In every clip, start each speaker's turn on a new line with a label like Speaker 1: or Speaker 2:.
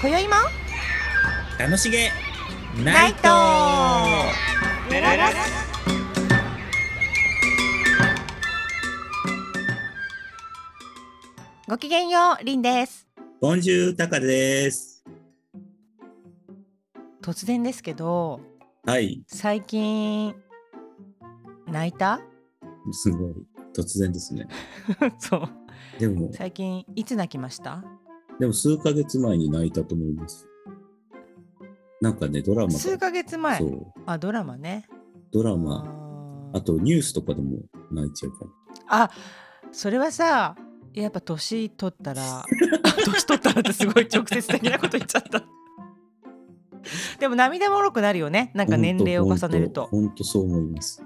Speaker 1: 今宵も
Speaker 2: 楽しげ
Speaker 1: ナ
Speaker 2: ナ
Speaker 1: イ
Speaker 2: イ
Speaker 1: ト
Speaker 2: ト
Speaker 1: ごきげんようりんです
Speaker 2: ボンジュータカです
Speaker 1: 突然ですけど
Speaker 2: はい
Speaker 1: 最近泣い た
Speaker 2: すごい突然ですね
Speaker 1: そう
Speaker 2: でも
Speaker 1: 最近いつ泣きました
Speaker 2: でも数ヶ月前に泣いたと思いますなんかねドラマが
Speaker 1: 数ヶ月前
Speaker 2: そう
Speaker 1: あドラマね
Speaker 2: ドラマ
Speaker 1: あ
Speaker 2: あとニュースとかでも泣いちゃうかも
Speaker 1: あそれはさやっぱ年取ったら 年取ったらってすごい直接的なこと言っちゃ ったでも涙もろくなるよねなんか年齢を重ねると
Speaker 2: 本当そう思います、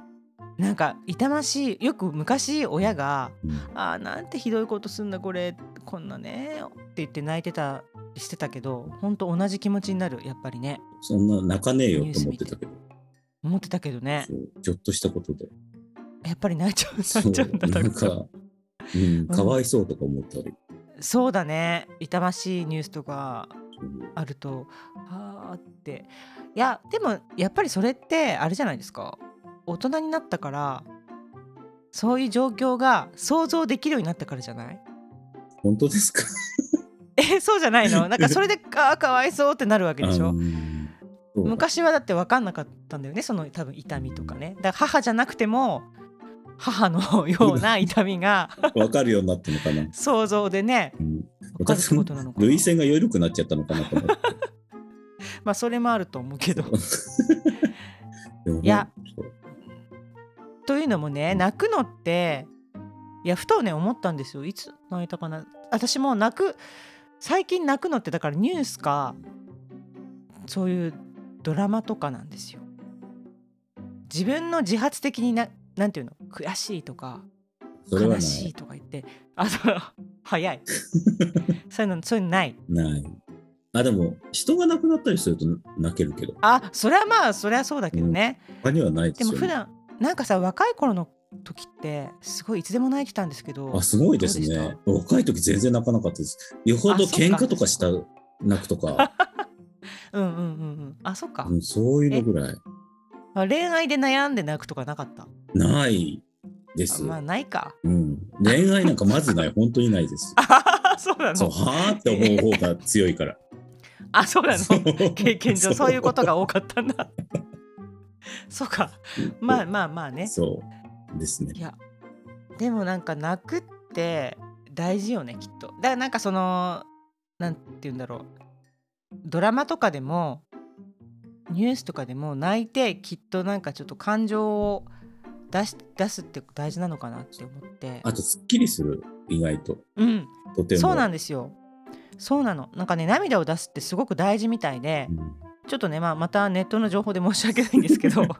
Speaker 1: なんか痛ましいよく昔親が
Speaker 2: うん
Speaker 1: 「あーなんてひどいことすんだこれこんなね」って言って泣いてたりしてたけどほんと同じ気持ちになるやっぱりね
Speaker 2: そんな泣かねえよと思ってたけど
Speaker 1: 思ってたけどね
Speaker 2: そうちょっとしたことで
Speaker 1: やっぱり泣い ちゃう
Speaker 2: そ
Speaker 1: 泣
Speaker 2: う
Speaker 1: いちゃうんだ
Speaker 2: な
Speaker 1: た
Speaker 2: ん
Speaker 1: くさん
Speaker 2: か、うん、かわいそうとか思ったり、
Speaker 1: そうだね痛ましいニュースとかあるとあーっていやでもやっぱりそれってあれじゃないですか大人になったからそういう状況が想像できるようになったからじゃない
Speaker 2: 本当ですか
Speaker 1: えそうじゃないのなんかそれで あーかわいそうってなるわけでし
Speaker 2: あ
Speaker 1: ょ
Speaker 2: ーそう
Speaker 1: 昔はだって分かんなかったんだよねその多分痛みとかねだから母じゃなくても母のような痛みが
Speaker 2: わかるようになったのかな。
Speaker 1: 想像でね
Speaker 2: うん、
Speaker 1: 分かるってことなのかな
Speaker 2: 涙腺が緩くなっちゃったのかなと思って。
Speaker 1: まあそれもあると思うけど
Speaker 2: でも
Speaker 1: いや
Speaker 2: そう
Speaker 1: というのもね泣くのっていやふとね思ったんですよいつ泣いたかな私も泣く最近泣くのってだからニュースかそういうドラマとかなんですよ自分の自発的にななんていうの悔しいとか
Speaker 2: それは
Speaker 1: 悲
Speaker 2: な
Speaker 1: しい
Speaker 2: い。
Speaker 1: とか言ってあそう早いそういうのそういうのない
Speaker 2: ない。あ、でも、人が亡くなったりすると泣けるけど、
Speaker 1: あそれはまあそれはそうだけどね、
Speaker 2: 他にはない
Speaker 1: で
Speaker 2: で
Speaker 1: す
Speaker 2: よ、
Speaker 1: も
Speaker 2: ね。
Speaker 1: 普段なんかさ若い頃の時ってすごいいつでも泣いてたんですけど
Speaker 2: あ、すごいです
Speaker 1: どうでし。
Speaker 2: ね若い時全然泣かなかったです。よほど
Speaker 1: あそっ
Speaker 2: 喧
Speaker 1: か
Speaker 2: 嘩とかした泣くとか、
Speaker 1: うんうんうんうんあそっか、
Speaker 2: うん、そういうのぐらい。
Speaker 1: まあ恋愛で悩んで泣くとかなかった
Speaker 2: ないです、
Speaker 1: あまあないか
Speaker 2: うん。恋愛なんかまずない。本当にないです。
Speaker 1: そうな
Speaker 2: そう、はーって思う方が強いから。
Speaker 1: あそうな
Speaker 2: そう
Speaker 1: の経験上そういう ことが多かったんだ そうかまあまあまあね
Speaker 2: そうですね
Speaker 1: い。やでもなんか泣くって大事よねきっとだからなんかそのなんて言うんだろうドラマとかでもニュースとかでも泣いてきっとなんかちょっと感情を出し出すって大事なのかなって思って
Speaker 2: あと、すっきりする、意外と。
Speaker 1: うん
Speaker 2: とても。
Speaker 1: そうなんんですよそうなのなんかね涙を出すってすごく大事みたいで、ちょっとね、まあ、またネットの情報で申し訳ないんですけ どちょっ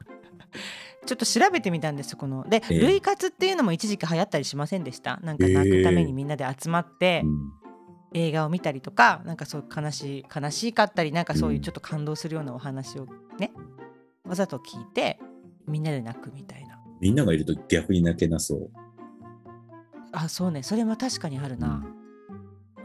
Speaker 1: と調べてみたんですこので、
Speaker 2: ええ
Speaker 1: 類活っていうのも一時期流行ったりしませんでしたなんか泣くためにみんなで集まって
Speaker 2: うん、
Speaker 1: 映画を見たりとか、なんかそういう悲しい悲しかったりなんかそういうちょっと感動するようなお話をね、わざと聞いてみんなで泣くみたいな
Speaker 2: みんながいると逆に泣けなそう。
Speaker 1: あそうねそれも確かにあるな、
Speaker 2: うん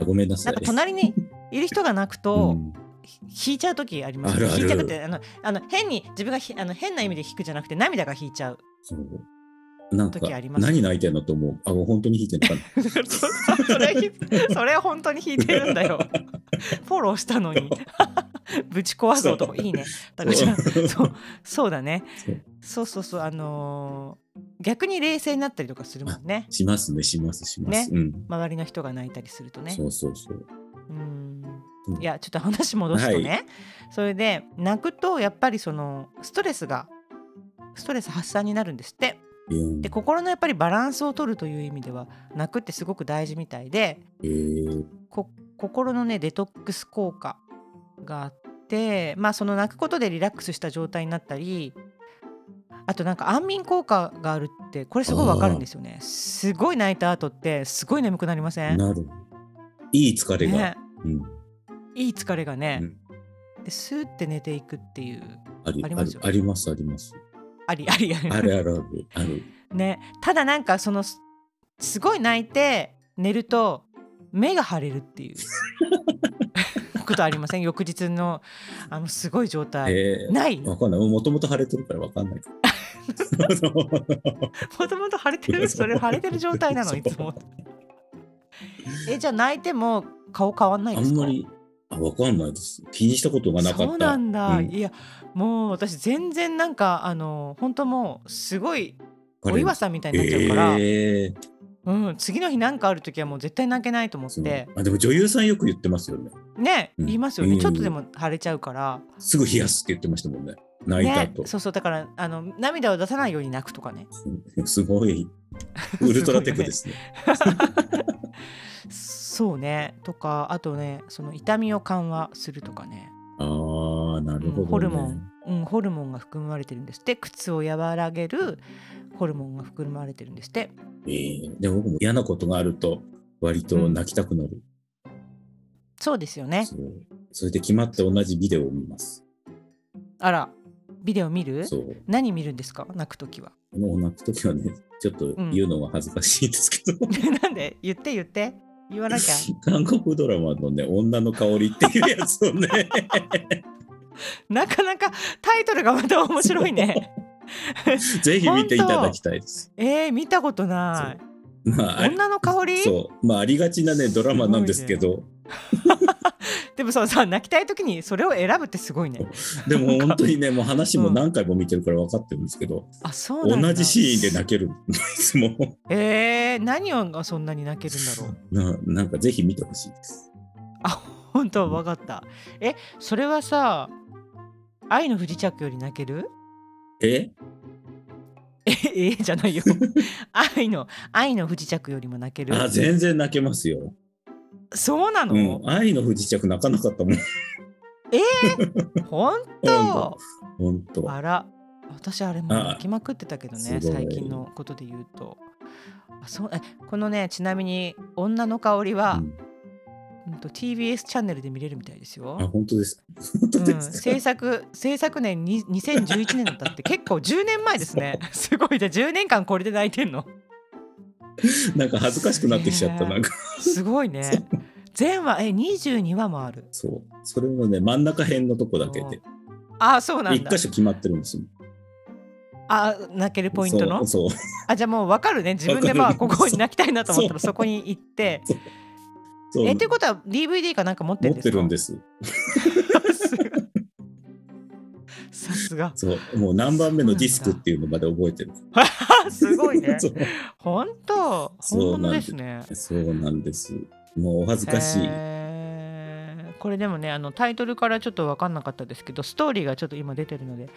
Speaker 2: あごめんなさ。
Speaker 1: ないんか隣にいる人が泣く
Speaker 2: う
Speaker 1: と、
Speaker 2: ん
Speaker 1: ひ引いちゃう時あります
Speaker 2: あるある
Speaker 1: 引いちゃうってあのあの変に自分がひあの変な意味で引くじゃなくて涙が引いちゃう
Speaker 2: そうなんか
Speaker 1: 時あります
Speaker 2: 何泣いてんのと思う。あ、本当に弾いてんのか な。
Speaker 1: そそれひそれは本当に引いてるんだ よフォローしたのに ぶち壊す男
Speaker 2: そう
Speaker 1: いいねだからじゃあ
Speaker 2: そう
Speaker 1: そうそうだね
Speaker 2: そう
Speaker 1: そうそうそうあのー逆に冷静になったりとかするもんね
Speaker 2: しますね、します、します。うん。
Speaker 1: 周りの人が泣いたりするとね
Speaker 2: そうそうそう。
Speaker 1: うん
Speaker 2: うん
Speaker 1: いやちょっと話戻すとね、
Speaker 2: は
Speaker 1: それで泣くとやっぱりそのストレスがストレス発散になるんですって
Speaker 2: うん
Speaker 1: で心のやっぱりバランスを取るという意味では泣くってすごく大事みたいで
Speaker 2: えー
Speaker 1: こ心のねデトックス効果があってまあその泣くことでリラックスした状態になったりあとなんか安眠効果があるってこれすごいわかるんですよねすごい泣いた後ってすごい眠くなりません
Speaker 2: なる。いい疲れが
Speaker 1: ね、
Speaker 2: うん
Speaker 1: いい疲れがね、でスーって寝ていくっていう
Speaker 2: あり
Speaker 1: あり
Speaker 2: あり
Speaker 1: ますよ
Speaker 2: あります、あり ます。
Speaker 1: ありありあり
Speaker 2: あるあるある。ある。
Speaker 1: ねただなんかそのすす ごい泣いて寝ると目が腫れるっていうことありません翌日のあのすごい状態、
Speaker 2: え
Speaker 1: ない
Speaker 2: ー、わかんない。もともと腫れてるからわかん ないから。
Speaker 1: もともと腫れてるそれ腫れてる状 態なのいつもえじゃあ泣いても顔変わんない
Speaker 2: あ
Speaker 1: です
Speaker 2: ん
Speaker 1: か
Speaker 2: まり、あ、わかんないです。気にしたことがなかった。
Speaker 1: そうなんだ、
Speaker 2: うん
Speaker 1: いやもう私全然なんかあの本当もうすごいお岩さんみたいになっちゃうから、
Speaker 2: えー
Speaker 1: うん、次の日なんかある時はもう絶対泣けないと思っ
Speaker 2: そう
Speaker 1: て
Speaker 2: あでも女優さんよく言ってますよね。
Speaker 1: ね、
Speaker 2: うん
Speaker 1: 言いますよね、
Speaker 2: うん
Speaker 1: ちょっとでも腫れちゃうから、
Speaker 2: すぐ冷やすって言ってましたもんね。泣いた
Speaker 1: ね
Speaker 2: と、。
Speaker 1: そうそうだからあの涙を出さないように泣くとかね
Speaker 2: すごい。ウルトラテク ですね。
Speaker 1: そうねとかあとねその痛みを緩和するとかね
Speaker 2: ああ、なる
Speaker 1: う
Speaker 2: ほ
Speaker 1: んホル
Speaker 2: ど、ね
Speaker 1: モン、うん、ホルモンが含まれてるんですって苦痛を和らげるホルモンが含まれてるんですって
Speaker 2: えーでも僕も嫌なことがあると、割と泣きたくなる、
Speaker 1: そうですよね
Speaker 2: そう。それで決まって同じビデオを見ます。
Speaker 1: あらビデオ見る
Speaker 2: そう。
Speaker 1: 何見るんですか泣くときは
Speaker 2: あの泣くときはね、ちょっと言うのが恥ずかしいんですけど、
Speaker 1: なんで言って言って言わなきゃ
Speaker 2: 韓国ドラマのね、女の香りっていうやつをね、
Speaker 1: なかなかタイトルがまた面白いね
Speaker 2: ぜひ見ていただきたいです。
Speaker 1: えー、見たことな
Speaker 2: まあ、
Speaker 1: い女の香り
Speaker 2: そう、まあ、ありがちなね、ドラマなんですけど、
Speaker 1: でもそうさ泣きたい時にそれを選ぶってすごいね
Speaker 2: でも本当にね、もう話も何回も見てるから分かってるんですけど、
Speaker 1: あそうなんだ
Speaker 2: 同じシーンで泣ける んですもん。
Speaker 1: えー、何をそんなに泣けるんだろう
Speaker 2: ななんかぜひ見てほしいです。
Speaker 1: あ 本当わかったえそれはさ愛の不時着より泣ける
Speaker 2: え
Speaker 1: えええじゃ ないよ愛の愛の不時着よりも泣ける
Speaker 2: あ、全然泣けますよ。
Speaker 1: そうなの、
Speaker 2: うん、愛の不時着泣かなかったもん。
Speaker 1: 本
Speaker 2: 本
Speaker 1: 当
Speaker 2: 本当。
Speaker 1: あら私あれもう
Speaker 2: あ
Speaker 1: 泣きまくってたけどね
Speaker 2: すごい
Speaker 1: 最近のことで言うとあそうえこのねちなみに「女の香りは」
Speaker 2: うん
Speaker 1: うんと TBS チャンネルで見れるみたいですよ
Speaker 2: あ、。本当です。本当
Speaker 1: う
Speaker 2: で
Speaker 1: ん、
Speaker 2: すか。
Speaker 1: 制作制作年に2011年だったって結構10年前ですねすごいじゃあ10年間これで泣いてんの
Speaker 2: なんか恥ずかしくなってきちゃった。
Speaker 1: ねえ
Speaker 2: なんか、
Speaker 1: すごいね全話え22話もある
Speaker 2: そう。それもね、真ん中辺のとこだけで、
Speaker 1: あそうなん
Speaker 2: 一
Speaker 1: だ
Speaker 2: 箇所決まってるんですよ。
Speaker 1: あ泣けるポイントの
Speaker 2: そう。そう
Speaker 1: あじゃあもう分かるね自分でまあ
Speaker 2: わか
Speaker 1: こ
Speaker 2: る
Speaker 1: こに泣きたいなと思ったら
Speaker 2: そう
Speaker 1: そこに行って
Speaker 2: そう
Speaker 1: えってことは DVD かなんか持ってる
Speaker 2: 持っ
Speaker 1: んで
Speaker 2: て
Speaker 1: すか
Speaker 2: るんです。
Speaker 1: すごいさすが
Speaker 2: そう。もう何番目のディスクっていうのまで覚えてる。
Speaker 1: すごいね
Speaker 2: そう
Speaker 1: 本当
Speaker 2: そう
Speaker 1: 本物
Speaker 2: なん
Speaker 1: で
Speaker 2: ですす
Speaker 1: ね
Speaker 2: そうなんです。もうお恥ずかしい。
Speaker 1: へーこれでもねあのタイトルからちょっと分かんなかったですけどストーリーがちょっと今出てるので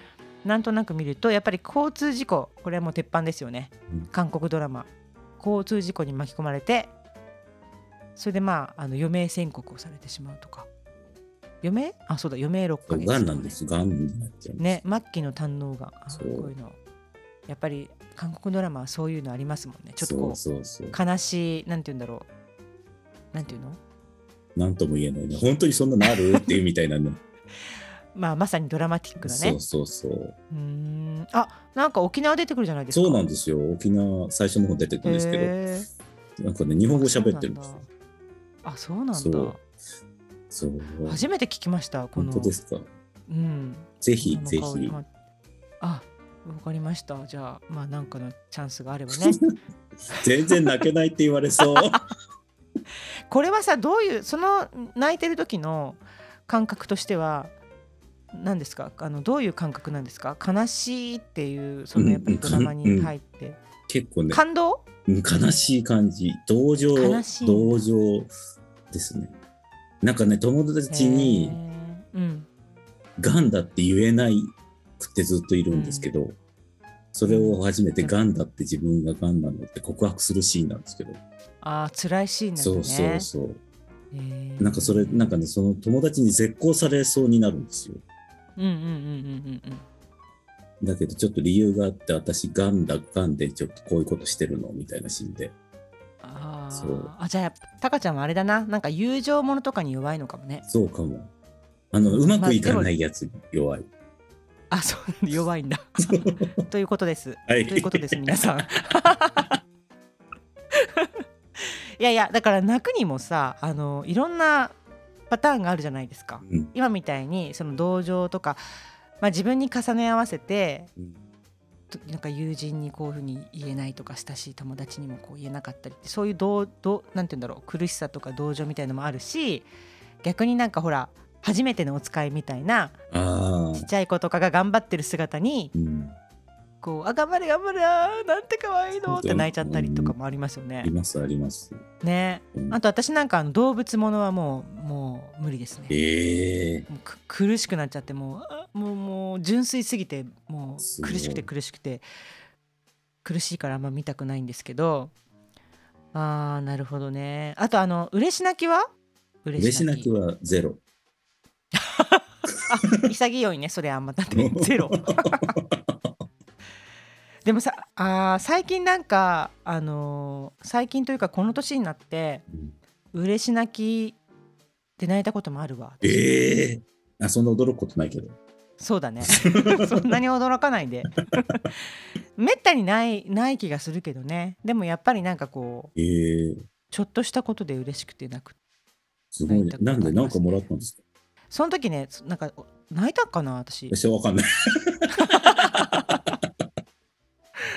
Speaker 1: なんとなく見るとやっぱり交通事故これはもう鉄板ですよね、
Speaker 2: うん
Speaker 1: 韓国ドラマ交通事故に巻き込まれてそれでまああの余命宣告をされてしまうとか余命あそうだ余命6ヶ月
Speaker 2: がんなんです。がんになっちゃうんで
Speaker 1: ね
Speaker 2: す。
Speaker 1: 末期の胆のうがあこ
Speaker 2: そうう
Speaker 1: いうのやっぱり韓国ドラマはそういうのありますもんねちょっとこう
Speaker 2: そうそうそ
Speaker 1: 悲しいなんて言うんだろうなんて言うの
Speaker 2: う。なんとも言えないね。本当にそんなのあるっていうみたい なね。
Speaker 1: まあまさにドラマティックなね
Speaker 2: そうそうそう。
Speaker 1: うーんあなんか沖縄出てくるじゃないですか。
Speaker 2: そうなんですよ。沖縄最初の方出てくるんです
Speaker 1: へ
Speaker 2: けど、なんかね日本語
Speaker 1: ー
Speaker 2: 喋ってるんです。
Speaker 1: あそうなんだ。
Speaker 2: そうそう。
Speaker 1: 初めて聞きましたこ
Speaker 2: 本
Speaker 1: の。
Speaker 2: 当ですか。
Speaker 1: うん。
Speaker 2: ぜひぜ
Speaker 1: この香り
Speaker 2: ひ。
Speaker 1: まあわかりました。じゃあまあなんかのチャンスがあれば ね。
Speaker 2: 全然泣けないって言わ れそう。
Speaker 1: これはさどういうその泣いてる時の感覚としては何ですかあのどういう感覚なんですか悲しいっていうそのやっぱりドラマに入って、
Speaker 2: 結構ね、
Speaker 1: 感動
Speaker 2: うん悲しい感じ。同情
Speaker 1: 悲しい
Speaker 2: 同情ですね。なんかね友達に
Speaker 1: へーうん
Speaker 2: ガンだって言えないくてずっといるんですけど、それを初めてガンだって自分がガンなのって告白するシーンなんですけど、
Speaker 1: あー辛いシーンなんだ
Speaker 2: そ
Speaker 1: ね。
Speaker 2: うそうそう。
Speaker 1: へー
Speaker 2: なんかそれ、なんかね、その友達に絶交されそうになるんですよ。
Speaker 1: うんうんうんうんうんうん
Speaker 2: だけど、ちょっと理由があって、私、ガンだ、ガンで、ちょっとこういうことしてるの、みたいなシーンで。
Speaker 1: あ
Speaker 2: そ
Speaker 1: ー
Speaker 2: う
Speaker 1: あじゃあやっぱタカちゃんはあれだななんか友情ものとかに弱いのかもね
Speaker 2: そうかも。あの、うまくいかないやつ、弱い。
Speaker 1: あそうなんだ弱い んだということです
Speaker 2: はい。
Speaker 1: ということです皆さん いやいやだから泣くにもさあのいろんなパターンがあるじゃないですか。
Speaker 2: うん
Speaker 1: 今みたいにその同情とか、まあ、自分に重ね合わせて
Speaker 2: うん
Speaker 1: となんか友人にこういうふうに言えないとか親しい友達にもこう言えなかったりってそういうどうどうなんて言うんだろう苦しさとか同情みたいのもあるし逆になんかほら初めてのお使いみたいな
Speaker 2: あ
Speaker 1: ちっ
Speaker 2: あ、
Speaker 1: ちゃい子とかが頑張ってる姿に
Speaker 2: うん、
Speaker 1: こう「あ頑張れ頑張れあーなんて可愛いの」
Speaker 2: そうだよ
Speaker 1: って泣いちゃったりとかもありますよ
Speaker 2: あ
Speaker 1: ね
Speaker 2: り。ますあります。
Speaker 1: ね
Speaker 2: うん
Speaker 1: あと私なんかあの動物ものはもうもう無理ですね。
Speaker 2: ええ
Speaker 1: もうく苦しくなっちゃってもうあもうもう純粋すぎても
Speaker 2: す
Speaker 1: う
Speaker 2: ごい
Speaker 1: 苦しくて苦しくて苦しいからあんま見たくないんですけどあーなるほどねあとあの嬉し泣きは
Speaker 2: 嬉し泣きはゼロ。
Speaker 1: あ潔いねそれあんまだ って ゼロでもさあー最近なんかあのー最近というかこの年になって
Speaker 2: うん
Speaker 1: 嬉し泣きって泣いたこともあるわ
Speaker 2: ええあ、そんな驚くことないけど。
Speaker 1: そうだね そんなに驚かないでめったにないない気がするけどねでもやっぱりなんかこう
Speaker 2: ええ
Speaker 1: ちょっとしたことで嬉しくて泣く
Speaker 2: すご
Speaker 1: 泣
Speaker 2: い、
Speaker 1: い
Speaker 2: ね
Speaker 1: た。こと
Speaker 2: なん
Speaker 1: あ
Speaker 2: で、
Speaker 1: りますね
Speaker 2: なんかもらったんですか。
Speaker 1: その時ねそなんかお泣いたかな私
Speaker 2: 私はわかんない。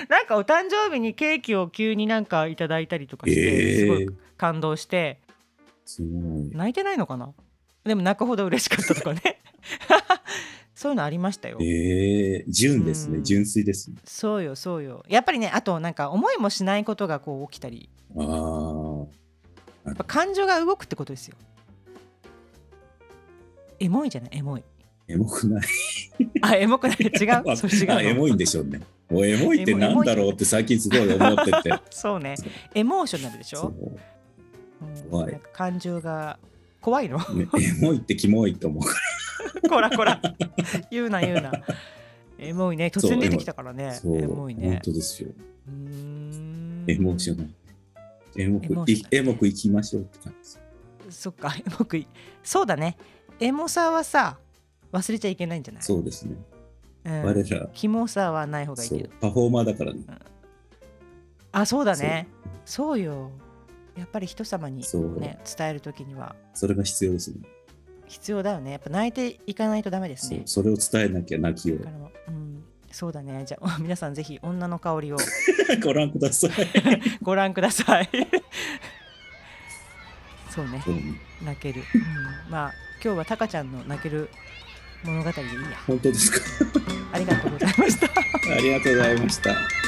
Speaker 1: なんかお誕生日にケーキを急になんかいただいたりとかして、
Speaker 2: ええ
Speaker 1: すごい感動して
Speaker 2: すごい。
Speaker 1: 泣いてないのかなでも泣くほど嬉しかったとかね そういうのありましたよ
Speaker 2: ええ純です
Speaker 1: う
Speaker 2: ね。
Speaker 1: ん
Speaker 2: 純粋ですね。
Speaker 1: そうよそうよやっぱりねあとなんか思いもしないことがこう起きたり
Speaker 2: ああ、
Speaker 1: やっぱ感情が動くってことですよエモいじゃないエモい
Speaker 2: エモくない。
Speaker 1: あエモくない 違うそれ違うの
Speaker 2: あエモいんでしょうね。もうエモいってなんだろうって最近すごい思って て。
Speaker 1: そうねエモーショナルでしょ、
Speaker 2: そう
Speaker 1: うん
Speaker 2: 怖い
Speaker 1: なんか感情が怖いの
Speaker 2: ね エモいってキモいと思うか
Speaker 1: こらこら言うな言うなエモいね突
Speaker 2: そう
Speaker 1: 然出てきたから
Speaker 2: ら。
Speaker 1: ね
Speaker 2: そう
Speaker 1: エモい
Speaker 2: 本
Speaker 1: ね
Speaker 2: 当ですよ。
Speaker 1: うーん
Speaker 2: エモーショナル。エモ
Speaker 1: エモ
Speaker 2: く、
Speaker 1: ーショ
Speaker 2: い
Speaker 1: ナル
Speaker 2: エモくいきましょうって感じです。
Speaker 1: そっかエモくいそうだねエモさはさ忘れちゃいけないんじゃない
Speaker 2: そうですね。
Speaker 1: うん
Speaker 2: 我ら、
Speaker 1: キモさはない方がいい
Speaker 2: そ
Speaker 1: け
Speaker 2: う
Speaker 1: ど、
Speaker 2: パフォーマーだからね。
Speaker 1: あそうだねそうよやっぱり人様に
Speaker 2: そう
Speaker 1: ね伝える時には
Speaker 2: それが必要ですね。
Speaker 1: 必要だよねやっぱ泣いていかないとダメです
Speaker 2: そう
Speaker 1: ね
Speaker 2: それを伝えなきゃ泣きを
Speaker 1: だか。らもう、うん、そうだねじゃあ 皆さんぜひ女の香りを
Speaker 2: ご覧ください。
Speaker 1: ご覧ください そうね
Speaker 2: そうね
Speaker 1: 泣ける、うん、まあ今日はタカちゃんの泣ける物語でいいや
Speaker 2: 本当ですか。
Speaker 1: ありがとうございました
Speaker 2: ありがとうございました。